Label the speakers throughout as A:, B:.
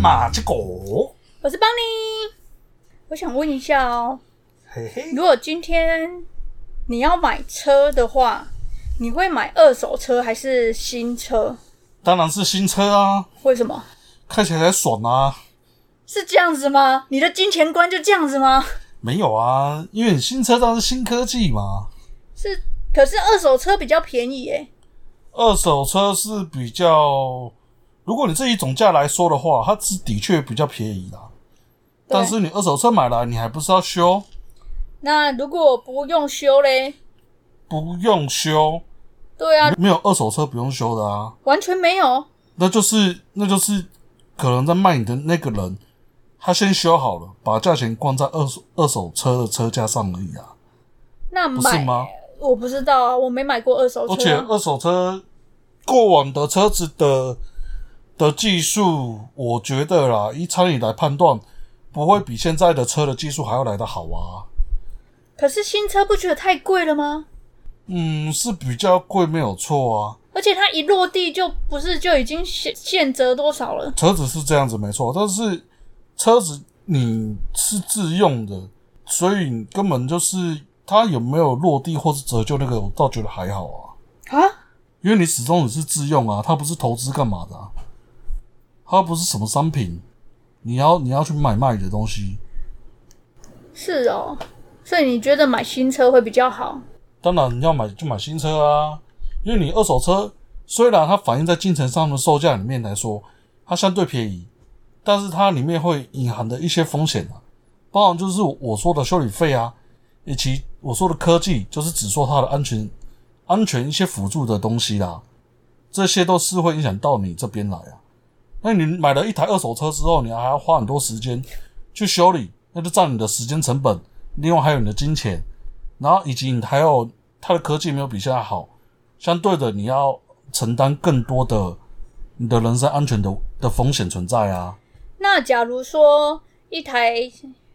A: 马之狗，
B: 我是邦尼。我想问一下哦，
A: 嘿嘿，
B: 如果今天你要买车的话，你会买二手车还是新车？
A: 当然是新车啊，
B: 为什么？
A: 开起来才爽啊。
B: 是这样子吗？你的金钱观就这样子吗？
A: 没有啊，因为新车当然是新科技嘛，
B: 是，可是二手车比较便宜诶、
A: 二手车是比较，如果你自己总价来说的话，它是的确比较便宜啦。
B: 对
A: 但是你二手车买来，你还不是要修？
B: 那如果不用修嘞？
A: 不用修，
B: 对啊，
A: 没有二手车不用修的啊。
B: 完全没有。
A: 那就是那就是可能在卖你的那个人，他先修好了，把价钱灌在二手二手车的车架上而已啊，
B: 那
A: 不是
B: 买
A: 吗？
B: 我不知道啊，我没买过二手
A: 而
B: 车
A: 且
B: 啊、
A: 二手车过往的车子的的技术，我觉得啦，以常理来判断，不会比现在的车的技术还要来得好啊。
B: 可是新车不觉得太贵了吗？
A: 嗯，是比较贵没有错啊，
B: 而且它一落地就不是就已经现现折多少了？
A: 车子是这样子没错，但是车子你是自用的，所以你根本就是它有没有落地或是折旧那个，我倒觉得还好啊，
B: 啊？
A: 因为你始终你是自用啊，它不是投资干嘛的、啊，它不是什么商品，你要你要去买卖的东西，
B: 是哦，所以你觉得买新车会比较好？
A: 当然你要买就买新车啊，因为你二手车虽然它反映在进城商的售价里面来说，它相对便宜，但是它里面会隐含的一些风险啊，包含就是我说的修理费啊，以及我说的科技，就是只说它的安全、安全一些辅助的东西啦，这些都是会影响到你这边来啊。那你买了一台二手车之后，你还要花很多时间去修理，那就占你的时间成本，另外还有你的金钱。然后以及你还有它的科技没有比现在好，相对的你要承担更多的你的人身安全的的风险存在啊。
B: 那假如说一台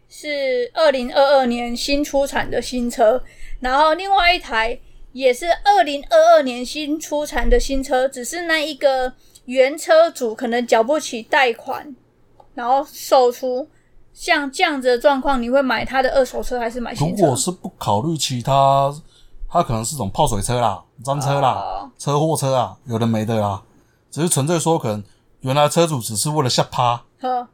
B: 是二零二二年新出产的新车，然后另外一台也是二零二二年新出产的新车，只是那一个原车主可能缴不起贷款，然后售出，像这样子的状况，你会买他的二手车还是买
A: 如
B: 新车？
A: 果是不考虑其他，它可能是种泡水车啦、
B: 啊
A: 脏车啦、
B: 哦
A: 车祸车啊，有的没的啦，只是纯粹说可能原来车主只是为了吓趴，
B: 呵，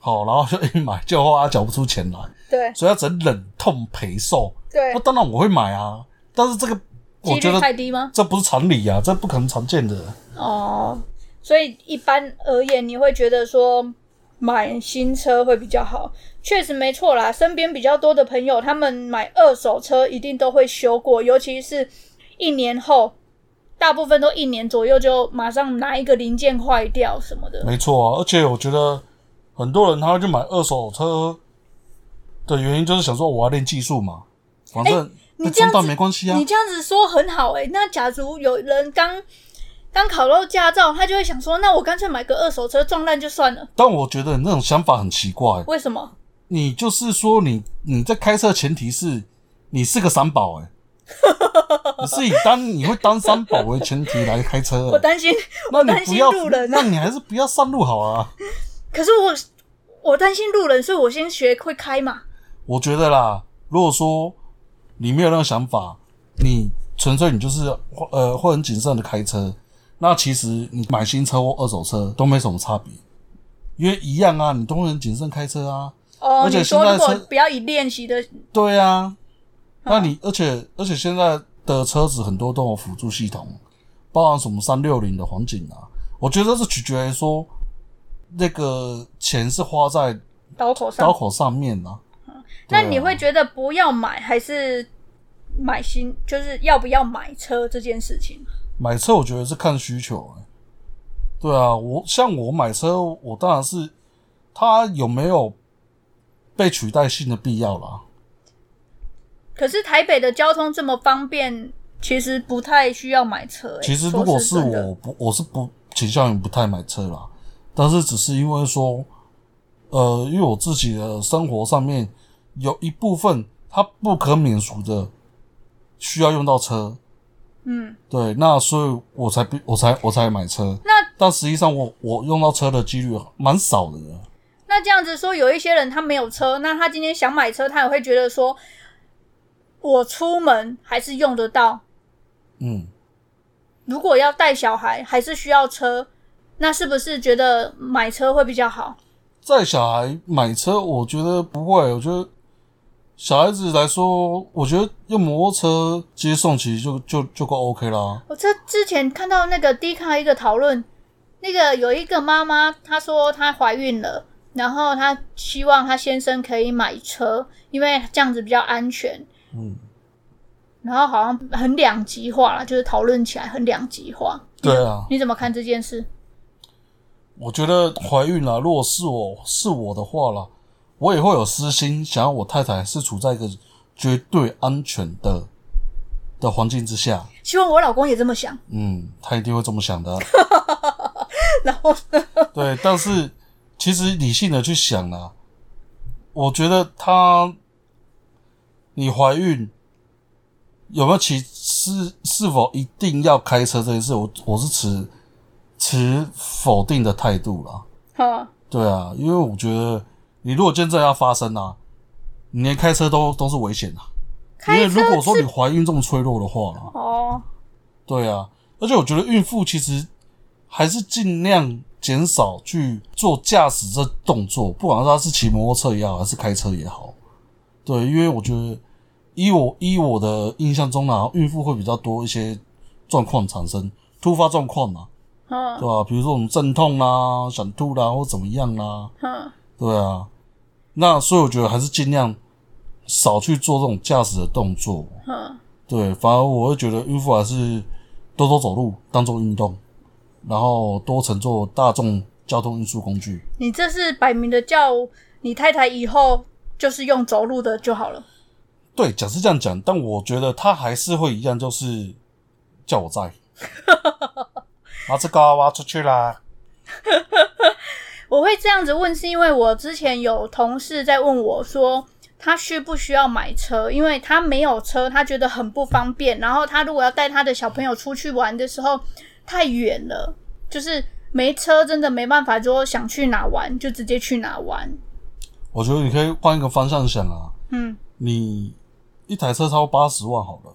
A: 好，然后就一买就后他缴不出钱来，
B: 对
A: 所以他只能忍痛赔售。
B: 对
A: 那，当然我会买啊，但是这个我
B: 几
A: 觉
B: 率
A: 得
B: 太低吗？
A: 这不是常理啊，这不可能常见的。
B: 哦，所以一般而言，你会觉得说买新车会比较好，确实没错啦。身边比较多的朋友，他们买二手车一定都会修过，尤其是一年后，大部分都一年左右就马上哪一个零件坏掉什么的。
A: 没错啊，而且我觉得很多人他会去买二手车的原因，就是想说我要练技术嘛，反正
B: 哎你
A: 被
B: 这样
A: 撞到
B: 子
A: 没关系啊
B: 你。这样子说很好诶、那假如有人刚刚考到驾照，他就会想说，那我干脆买个二手车撞烂就算了。
A: 但我觉得你那种想法很奇怪，
B: 为什么？
A: 你就是说你你在开车的前提是你是个三宝 哎、你是以当你会当三宝为前提来开车、
B: 我
A: 欸，
B: 担心，
A: 那
B: 我
A: 你
B: 担
A: 不
B: 心
A: 要，
B: 路人啊
A: 那。你还是不要上路好啊。
B: 可是我我担心路人，所以我先学会开嘛。
A: 我觉得啦，如果说你没有那个想法，你纯粹你就是呃会很谨慎的开车，那其实你买新车或二手车都没什么差别，因为一样啊，你都会很谨慎开车啊，
B: 哦，
A: 而且
B: 你说
A: 现
B: 如
A: 在
B: 果
A: 是
B: 不要以练习的，
A: 对啊，那你而且而且现在的车子很多都有辅助系统，包含什么三六零的黄景啊，我觉得这是取决于说那个钱是花在
B: 刀口上，
A: 刀口上面啊。对
B: 那
A: 啊
B: 你会觉得不要买还是买新，就是要不要买车这件事情？
A: 买车我觉得是看需求、欸，对啊，我像我买车，我当然是它有没有被取代性的必要啦。
B: 可是台北的交通这么方便，其实不太需要买车、欸。
A: 其实如果是
B: 说真的
A: 我不，我是不倾向于不太买车啦，但是只是因为说，呃，因为我自己的生活上面有一部分它不可免俗的需要用到车，
B: 嗯，
A: 对，那所以我才必我才我才买车。
B: 那
A: 但实际上我我用到车的几率蛮少的。啊
B: 那这样子说，有一些人他没有车，那他今天想买车，他也会觉得说，我出门还是用得到。
A: 嗯，
B: 如果要带小孩，还是需要车，那是不是觉得买车会比较好？
A: 带小孩买车，我觉得不会。我觉得小孩子来说，我觉得用摩托车接送其实就就就够 OK 啦。
B: 我这之前看到那个 D 卡一个讨论，那个有一个妈妈，她说她怀孕了，然后她希望她先生可以买车，因为这样子比较安全。
A: 嗯，
B: 然后好像很两极化啦，就是讨论起来很两极化。
A: 对啊，
B: 你怎么看这件事？
A: 我觉得怀孕啦，如果是我是我的话啦，我也会有私心，想要我太太是处在一个绝对安全的的环境之下。
B: 希望我老公也这么想。
A: 嗯，他一定会这么想的啊、
B: 然后呢？
A: 对，但是其实理性的去想呢、我觉得她，你怀孕有没有骑是是否一定要开车这件事，我我是持持否定的态度啦。
B: 哈，
A: 对啊，因为我觉得你如果真正要发生啊，你连开车都都是危险的、啊因为
B: 开车
A: 如果说你
B: 是
A: 怀孕这么脆弱的话啊啦，
B: 哦，
A: 对啊，而且我觉得孕妇其实还是尽量减少去做驾驶这动作，不管是她是骑摩托车也好，还是开车也好。对，因为我觉得依我依我的印象中呢，孕妇会比较多一些状况产生，突发状况嘛，
B: 嗯
A: 对吧、比如说我们阵痛啦、想吐啦，或怎么样啦，
B: 嗯，
A: 对啊。那所以我觉得还是尽量少去做这种驾驶的动作。
B: 嗯，
A: 对，反而我会觉得孕妇还是多多走路当做运动，然后多乘坐大众交通运输工具。
B: 你这是摆明的叫你太太以后就是用走路的就好了。
A: 对，讲是这样讲，但我觉得她还是会一样，就是叫我在，拿这个挖出去啦。
B: 我会这样子问，是因为我之前有同事在问我说，他需不需要买车？因为他没有车，他觉得很不方便。然后他如果要带他的小朋友出去玩的时候，太远了，就是没车真的没办法，说想去哪玩就直接去哪玩。
A: 我觉得你可以换一个方向想啊，
B: 嗯，
A: 你一台车超八十万好了，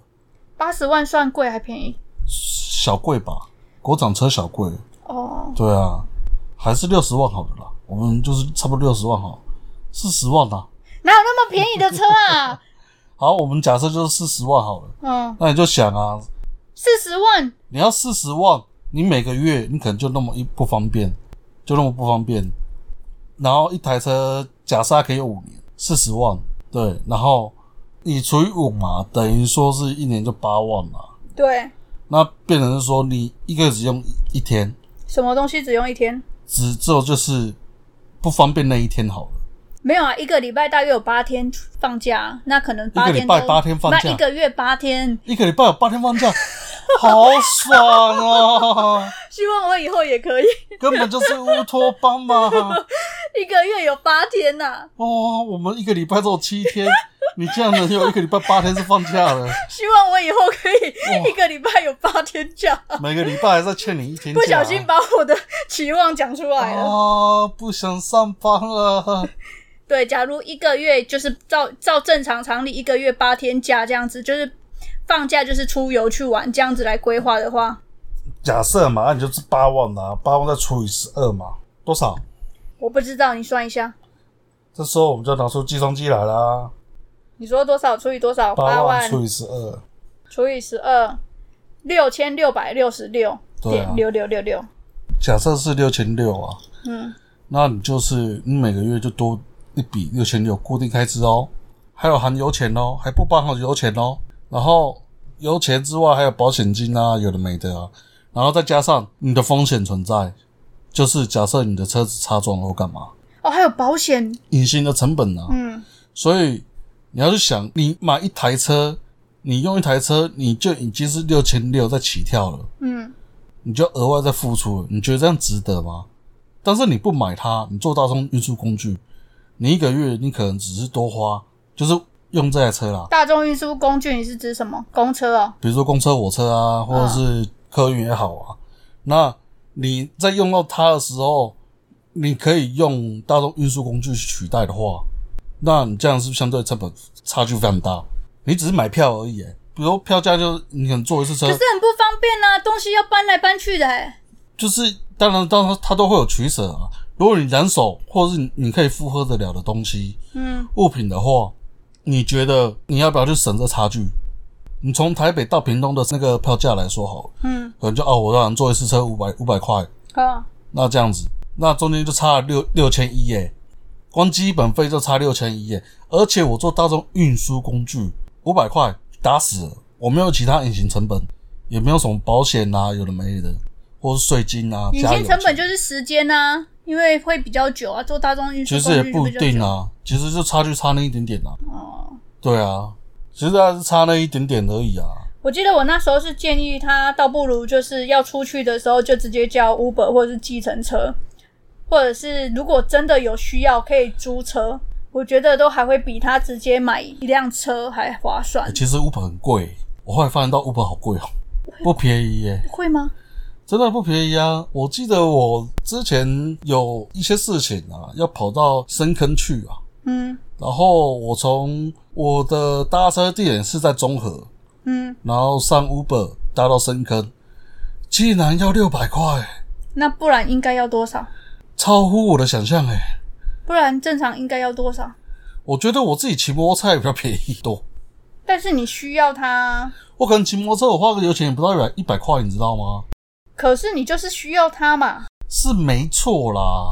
B: 八十万算贵还便宜
A: 小贵吧，国产车小贵，
B: 哦。
A: 对啊，还是六十万好了啦，我们就是差不多六十万好，四十万啦。
B: 哪有那么便宜的车啊？
A: 好，我们假设就是四十万好了。
B: 嗯，
A: 那你就想啊，
B: 四十万，
A: 你要四十万，你每个月你可能就那么一不方便，就那么不方便。然后一台车假设它可以用五年，四十万，对，然后你除以五嘛，等于说是一年就八万了。
B: 对，
A: 那变成是说你一个月只用一天，
B: 什么东西只用一天？
A: 只只有就是不方便那一天好了。
B: 没有啊，一个礼拜大约有八天放假，那可能八
A: 一
B: 天
A: 个礼拜
B: 都
A: 八天放假
B: 那一个月八天。
A: 一个礼拜有八天放 假，好爽啊！
B: 希望我以后也可以
A: 根本就是乌托邦嘛！
B: 一个月有八天呐、
A: 哦，我们一个礼拜只有七天，你这样能有一个礼拜八天是放假的，
B: 希望我以后可以一个礼拜有八天假。
A: 每个礼拜还在欠你一天假。
B: 不小心把我的期望讲出来了。
A: 哦，不想上班了。
B: 对，假如一个月就是照照正常常理，一个月八天假这样子，就是放假就是出游去玩这样子来规划的话，
A: 假设嘛，那你就是八万啦、八万再除以十二嘛，多少？
B: 我不知道，你算一下。
A: 这时候我们就拿出计算机来啦，
B: 你说多少除以多少？
A: 八
B: 八
A: 万
B: 万
A: 除以十二，
B: 除以十二，六千六百六十六
A: 对啊
B: 点六六六六。
A: 假设是六千六啊，
B: 嗯，
A: 那你就是你每个月就多一笔六千六固定开支哦，还有含油钱哦，还不包含油钱哦。然后油钱之外还有保险金啊，有的没的啊。然后再加上你的风险存在，就是假设你的车子擦撞或干嘛，
B: 哦，还有保险，
A: 隐形的成本啊。
B: 嗯，
A: 所以你要去想，你买一台车，你用一台车，你就已经是六千六在起跳了。
B: 嗯，
A: 你就额外再付出了，你觉得这样值得吗？但是你不买它，你做大众运输工具，你一个月你可能只是多花，就是用这台车啦，
B: 大众运输工具你是指什么？公车哦。
A: 比如说公车、火车啊，或者是客运也好啊，那你在用到它的时候，你可以用大众运输工具去取代的话，那你这样是不是相对成本差距非常大？你只是买票而已、欸，比如票价就你可能坐一次车
B: 可是，很不方便啊，东西要搬来搬去的、欸。
A: 就是当然，当然它都会有取舍啊。如果你人手或是你你可以负荷得了的东西
B: 嗯，
A: 物品的话，你觉得你要不要去省这差距？你从台北到屏东的那个票价来说好了，
B: 嗯，
A: 可能就哦，我让人坐一次车五百五百块，
B: 好，
A: 那这样子，那中间就差了六六千一耶，光基本费就差六千一耶，而且我坐大众运输工具五百块打死了，我没有其他隐形成本，也没有什么保险啊，有的没的，或是税金啊，
B: 隐
A: 加油
B: 形成
A: 钱
B: 本就是时间啊，因为会比较久啊，坐大众运 输
A: 其
B: 工
A: 实也
B: 具就
A: 不
B: 比
A: 一
B: 较
A: 定
B: 久。
A: 啊，其实就差距差那一点点啊，
B: 哦，
A: 对啊，其实还是差那一点点而已啊，
B: 我记得我那时候是建议他，倒不如就是要出去的时候就直接叫 Uber 或者是计程车，或者是如果真的有需要可以租车，我觉得都还会比他直接买一辆车还划算
A: 欸。其实 Uber 很贵，我后来发现到 Uber 好贵哦、
B: 啊
A: 不便宜耶、
B: 会吗？
A: 真的不便宜啊！我记得我之前有一些事情啊，要跑到深坑去啊，
B: 嗯
A: 然后我从我的搭车地点是在中和，
B: 嗯，
A: 然后上 Uber 搭到深坑，竟然要六百块，
B: 那不然应该要多少？
A: 超乎我的想象诶、
B: 不然正常应该要多少？
A: 我觉得我自己骑摩托车也比较便宜多，
B: 但是你需要它，
A: 我可能骑摩托车我花个油钱也不到一百一百块，你知道吗？
B: 可是你就是需要它嘛。
A: 是没错啦，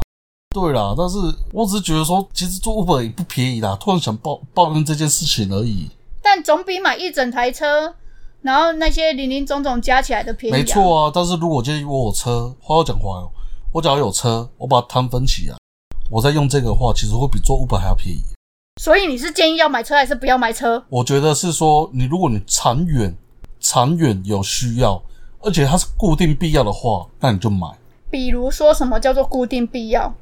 A: 对啦，但是我只是觉得说，其实做 Uber 也不便宜啦，突然想抱抱怨这件事情而已。
B: 但总比买一整台车，然后那些零零总总加起来的便宜、啊。
A: 没，错啊，但是如果今天我有车，话要讲回来哦，我只要有车，我把摊分起来，我再用这个的话，其实会比做 Uber 还要便宜。
B: 所以你是建议要买车还是不要买车？
A: 我觉得是说，你如果你长远、长远有需要，而且它是固定必要的话，那你就买。
B: 比如说什么叫做固定必要？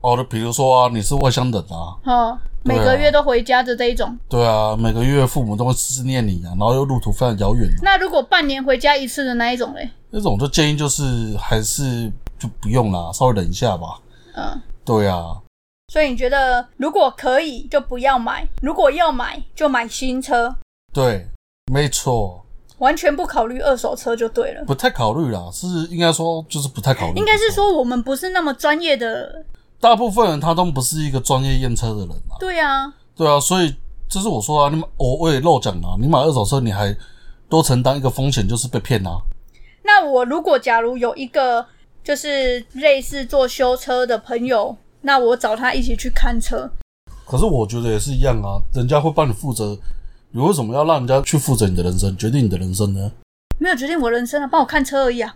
A: 哦，就比如说啊，你是外乡人啊，
B: 哦，
A: 对
B: 每
A: 啊
B: 个月都回家的这一种。
A: 对啊，每个月父母都会思念你啊，然后又路途非常遥远、啊，
B: 那如果半年回家一次的那一种嘞？
A: 那种就建议就是还是就不用啦，稍微忍一下吧。
B: 嗯，
A: 对啊，
B: 所以你觉得如果可以就不要买，如果要买就买新车，
A: 对，没错。
B: 完全不考虑二手车就对了。
A: 不太考虑啦，是应该说就是不太考虑。
B: 应该是说我们不是那么专业的，
A: 大部分人他都不是一个专业验车的人啊，
B: 对啊，
A: 对啊，所以这是我说啊，你买我我也漏讲啊，你买二手车你还多承担一个风险，就是被骗啊。
B: 那我如果假如有一个就是类似做修车的朋友，那我找他一起去看车，
A: 可是我觉得也是一样啊，人家会帮你负责，你为什么要让人家去负责你的人生，决定你的人生呢？
B: 没有决定我人生啊，帮我看车而已啊。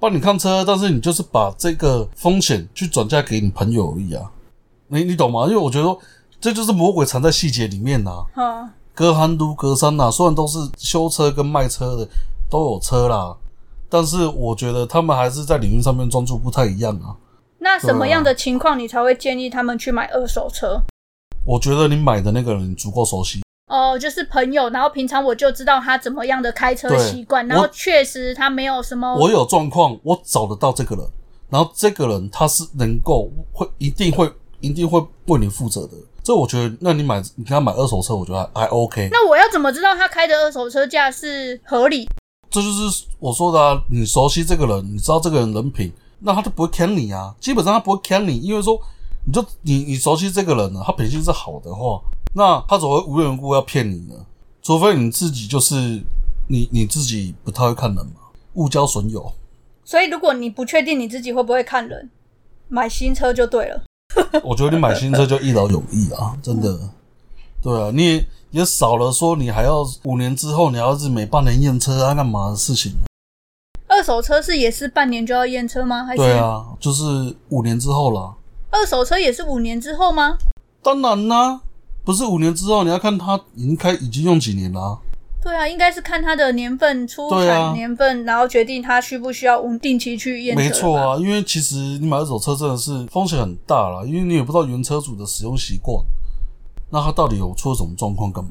A: 帮你看车，但是你就是把这个风险去转嫁给你朋友而已啊，你你懂吗？因为我觉得说这就是魔鬼藏在细节里面呐、啊。
B: 嗯，
A: 隔行如隔山呐、虽然都是修车跟卖车的都有车啦，但是我觉得他们还是在领域上面专注不太一样啊。
B: 那什么样的情况你才会建议他们去买二手车？
A: 我觉得你买的那个人足够熟悉，
B: 哦、就是朋友，然后平常我就知道他怎么样的开车
A: 对
B: 习惯，
A: 我
B: 然后确实他没有什么，
A: 我有状况，我找得到这个人，然后这个人他是能够会一定会一定会为你负责的。这我觉得，那你买你跟他买二手车，我觉得还还 OK。
B: 那我要怎么知道他开的二手车价是合理？
A: 这就是我说的啊，你熟悉这个人，你知道这个人人品，那他就不会坑你啊。基本上他不会坑你，因为说你就你你熟悉这个人了，他品性是好的话，那他怎么会无缘无故要骗你呢？除非你自己就是你你自己不太会看人嘛，误交损友。
B: 所以如果你不确定你自己会不会看人，买新车就对了。
A: 我觉得你买新车就一劳永逸啊， 真的。对啊，你也也少了说你还要五年之后你还要是每半年验车啊干嘛的事情。
B: 二手车是也是半年就要验车吗？还是
A: 对啊，就是五年之后啦。
B: 二手车也是五年之后吗？
A: 当然啦、不是五年之后，你要看他已经开已经用几年啦、
B: 对啊，应该是看它的年份、出
A: 对啊
B: 产年份，然后决定它需不需要无定期去验车。
A: 没错，啊，因为其实你买二手车真的是风险很大啦，因为你也不知道原车主的使用习惯，那他到底有出了什么状况干嘛？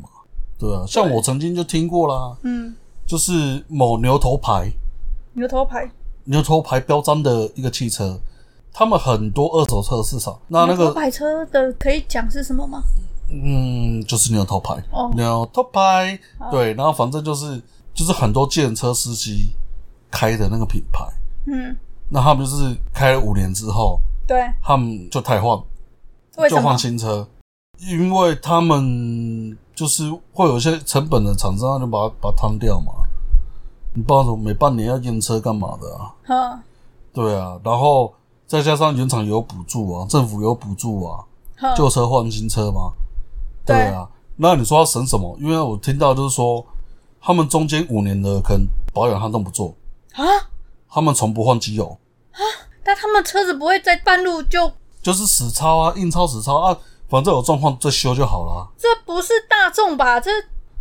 A: 对啊，像我曾经就听过啦，
B: 嗯，
A: 就是某牛头牌，
B: 牛头牌，
A: 牛头牌标章的一个汽车，他们很多二手车市场，那那
B: 牛头
A: 个
B: 牌车的可以讲是什么吗？
A: 嗯，就是牛头牌，
B: 哦
A: 牛头牌，
B: 啊
A: 对，然后反正就是就是很多建车司机开的那个品牌，
B: 嗯，
A: 那他们就是开了五年之后，
B: 对，
A: 他们就汰换，
B: 为
A: 就
B: 什么
A: 换？新车，因为他们就是会有一些成本的厂商，他就把它把它摊掉嘛。你不知道怎么每半年要验车干嘛的啊？
B: 哼
A: 对啊，然后再加上原厂有补助啊，政府有补助啊，
B: 哼，
A: 旧车换新车嘛。对啊，那你说要省什么？因为我听到就是说，他们中间五年的可能保养他都不做，
B: 啊，
A: 他们从不换机油，
B: 但他们车子不会在半路就，
A: 就是死抄啊，硬抄死抄啊，反正有状况再修就好啦。
B: 这不是大众吧？这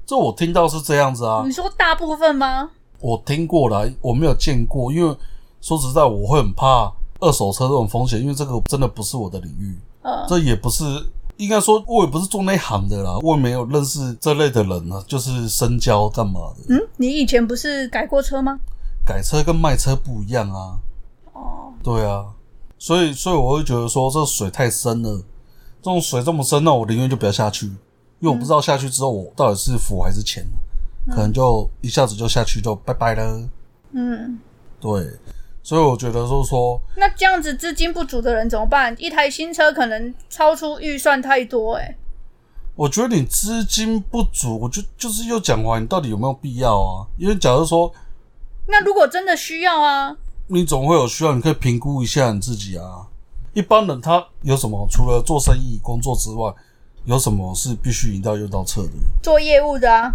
A: 这我听到是这样子啊，
B: 你说大部分吗？
A: 我听过啦，我没有见过，因为说实在，我会很怕二手车这种风险，因为这个真的不是我的领域，
B: 呃，
A: 这也不是应该说，我也不是做那行的啦，我也没有认识这类的人啊，就是深交干嘛的，
B: 嗯，你以前不是改过车吗？
A: 改车跟卖车不一样啊，
B: 哦，
A: 对啊，所以所以我会觉得说，这水太深了，这种水这么深，那我宁愿就不要下去，因为我不知道下去之后我到底是浮还是潜，可能就一下子就下去就拜拜了，
B: 嗯，
A: 对，所以我觉得就是说。
B: 那这样子资金不足的人怎么办？一台新车可能超出预算太多、欸，哎，
A: 我觉得你资金不足，我就就是又讲完，你到底有没有必要啊？因为假如说
B: 那如果真的需要啊，
A: 你总会有需要，你可以评估一下你自己啊。一般人他有什么？除了做生意、工作之外，有什么是必须一定要用到车的？
B: 做业务的啊，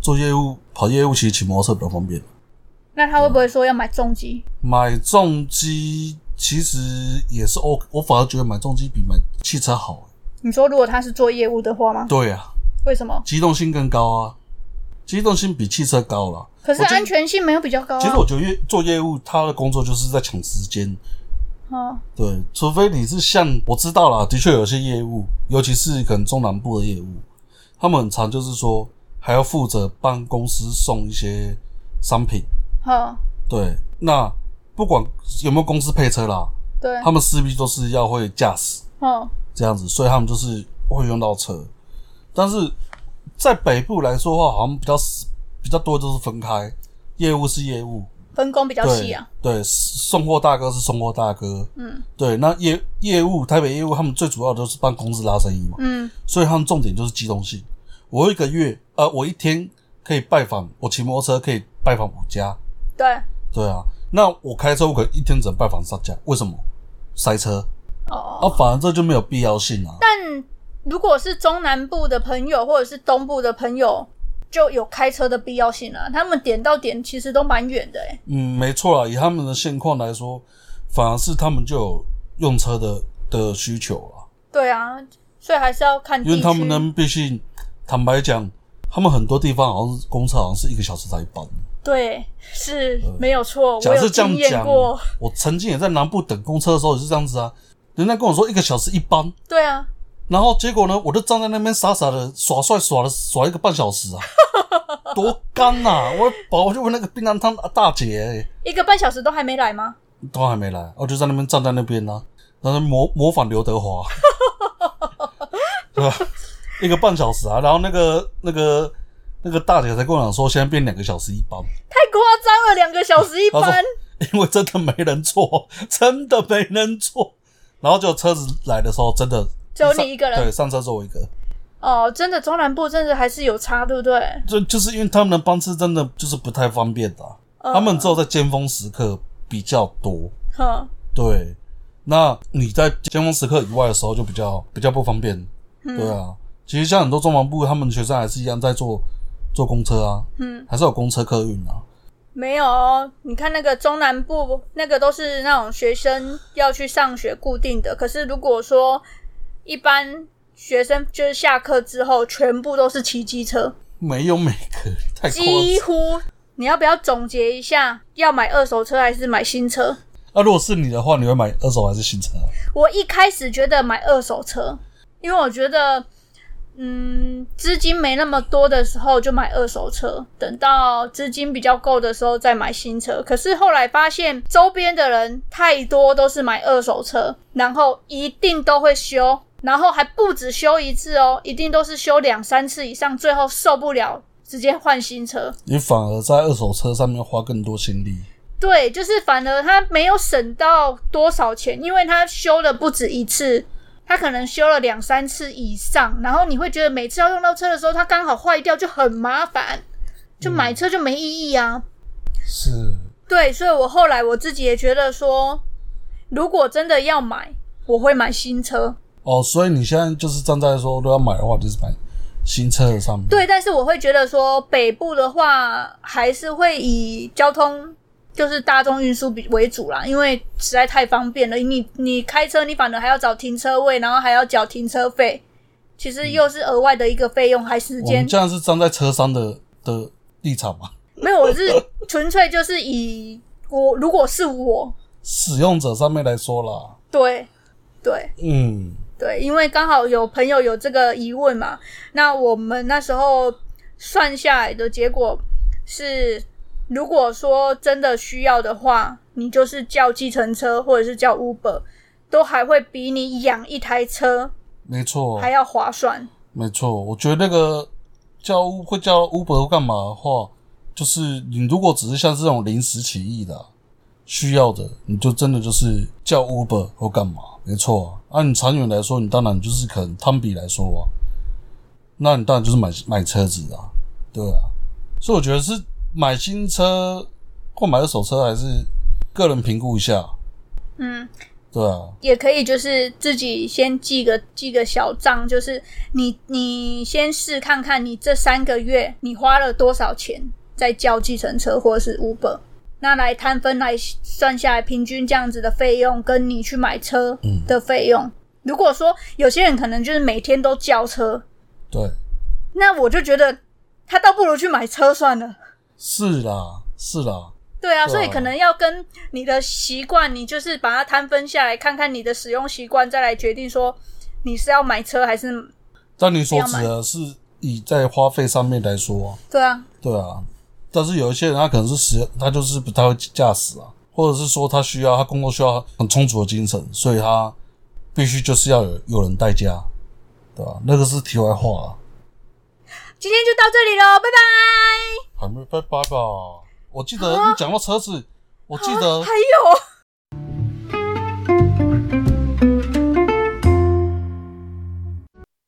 A: 做业务、跑业务，其实骑摩托车比较方便。
B: 那他会不会说要买重机？
A: 买重机其实也是 O，我反而觉得买重机比买汽车好。
B: 你说如果他是做业务的话吗？
A: 对啊，
B: 为什么？
A: 机动性更高啊，机动性比汽车高啦。
B: 可是
A: 我觉得
B: 安全性没有比较高啊。
A: 其实我觉得业做业务，他的工作就是在抢时间。
B: 嗯
A: 对，除非你是像我知道啦，的确有些业务，尤其是可能中南部的业务，他们很常就是说还要负责帮公司送一些商品。
B: 哼，
A: 对，那不管有没有公司配车啦，
B: 对，
A: 他们势必都是要会驾驶
B: 嗯
A: 这样子，所以他们就是会用到车。但是在北部来说的话，好像比较比较多都是分开，业务是业务，
B: 分工比较细
A: 对
B: 啊。
A: 对，送货大哥是送货大哥，
B: 嗯
A: 对，那业业务台北业务，他们最主要都是帮公司拉生意嘛，
B: 嗯
A: 所以他们重点就是机动性。我一个月，呃，我一天可以拜访，我骑摩托车可以拜访五家，
B: 对，
A: 对啊。那我开车，我可能一天只能拜访三家，为什么？塞车
B: 哦。
A: 啊，反而这就没有必要性啊。
B: 但如果是中南部的朋友或者是东部的朋友，就有开车的必要性了、啊他们点到点其实都蛮远的、欸，
A: 嗯，没错啦，以他们的现况来说，反而是他们就有用车的的需求啦，
B: 对啊，所以还是要 看地
A: 因为
B: 区。
A: 他们呢，毕竟坦白讲，他们很多地方好像是公车好像是一个小时才一班。
B: 对，是没有错，我
A: 呃假
B: 有
A: 设这
B: 经
A: 样
B: 验
A: 讲
B: 过。，
A: 我曾经也在南部等公车的时候也是这样子啊，人家跟我说一个小时一班，
B: 对啊，
A: 然后结果呢，我就站在那边傻傻的耍帅耍了耍一个半小时啊，多干呐、我把我就问那个槟榔汤大欸姐、
B: 一个半小时都还没来吗？
A: 都还没来，我哦就在那边站在那边呢、啊，然后模模仿刘德 华，对吧？一个半小时啊，然后那个那个那个大姐才跟我讲说，现在变两个小时一班。
B: 太夸张了，两个小时一
A: 他说
B: 班，
A: 因为真的没人坐， 真的没人坐。然后就车子来的时候，真的
B: 只有你一个
A: 上对，
B: 人。
A: 上车只有我一个。
B: 哦，真的中南部真的还是有差，对不对？
A: 就就是因为他们的班次真的就是不太方便的啊、
B: 嗯
A: 他们只有在尖峰时刻比较多。
B: 哼，
A: 对，那你在尖峰时刻以外的时候就比较比较不方便。
B: 嗯
A: 对啊，其实像很多中南部他们学生还是一样在坐坐公车啊，
B: 嗯，
A: 还是有公车客运啊。
B: 没有哦，你看那个中南部那个都是那种学生要去上学固定的，可是如果说一般学生就是下课之后全部都是骑 机车，
A: 没有每个太夸张
B: 几。乎。你要不要总结一下，要买二手车还是买新车？
A: 那、如果是你的话，你会买二手还是新车啊？
B: 我一开始觉得买二手车，因为我觉得，嗯资金没那么多的时候就买二手车，等到资金比较够的时候再买新车。可是后来发现周边的人太多都是买二手车，然后一定都会修。然后还不止修一次哦，一定都是修两三次以上，最后受不了直接换新车。
A: 你反而在二手车上面花更多心力。
B: 对，就是反而他没有省到多少钱，因为他修了不止一次，他可能修了两三次以上，然后你会觉得每次要用到车的时候，它刚好坏掉就很麻烦，就买车就没意义啊。
A: 是，
B: 对，所以我后来我自己也觉得说，如果真的要买，我会买新车。
A: 哦，所以你现在就是站在说，如果要买的话，就是买新车的上面。
B: 对，但是我会觉得说，北部的话还是会以交通就是大众运输比为主啦，因为实在太方便了。你你开车，你反而还要找停车位，然后还要缴停车费，其实又是额外的一个费用，还时
A: 我
B: 间
A: 们这样是站在车商的的立场嘛？
B: 没有。我是纯粹就是以我如果是我，
A: 使用者上面来说啦，
B: 对对
A: 嗯，
B: 对，因为刚好有朋友有这个疑问嘛，那我们那时候算下来的结果是，如果说真的需要的话，你就是叫计程车或者是叫 Uber，都还会比你养一台车
A: 没错
B: 还，要划算。
A: 没错。我觉得那个叫 U- 会叫 Uber 干嘛的话，就是你如果只是像这种临时起意的啊、需要的，你就真的就是叫 Uber 或干嘛，没错啊。按、你长远来说，你当然就是可能汤比来说啊，那你当然就是买买车子啊，对啊。所以我觉得是买新车或买二手车，还是个人评估一下，
B: 嗯，
A: 对啊。
B: 也可以就是自己先记个记个小账，就是你你先试看看你这三个月你花了多少钱在叫计程车或者是 Uber，那来摊分来算下来平均这样子的费用跟你去买车的费用。如果说有些人可能就是每天都叫车，
A: 对，
B: 那我就觉得他倒不如去买车算了。
A: 是啦，是啦，
B: 对啊，
A: 对啊
B: 所以可能要跟你的习惯，你就是把它摊分下来，看看你的使用习惯，再来决定说你是要买车还是
A: 但你所指的是以在花费上面来说，
B: 对啊，
A: 对啊。但是有一些人他可能是使他就是不太会驾驶啊，或者是说他需要他工作需要很充足的精神，所以他必须就是要有有人代驾，对吧、那个是题外话、啊，
B: 今天就到这里喽，拜拜。啊
A: 还没拜拜吧？我记得你讲到车子，我记得
B: 哦还有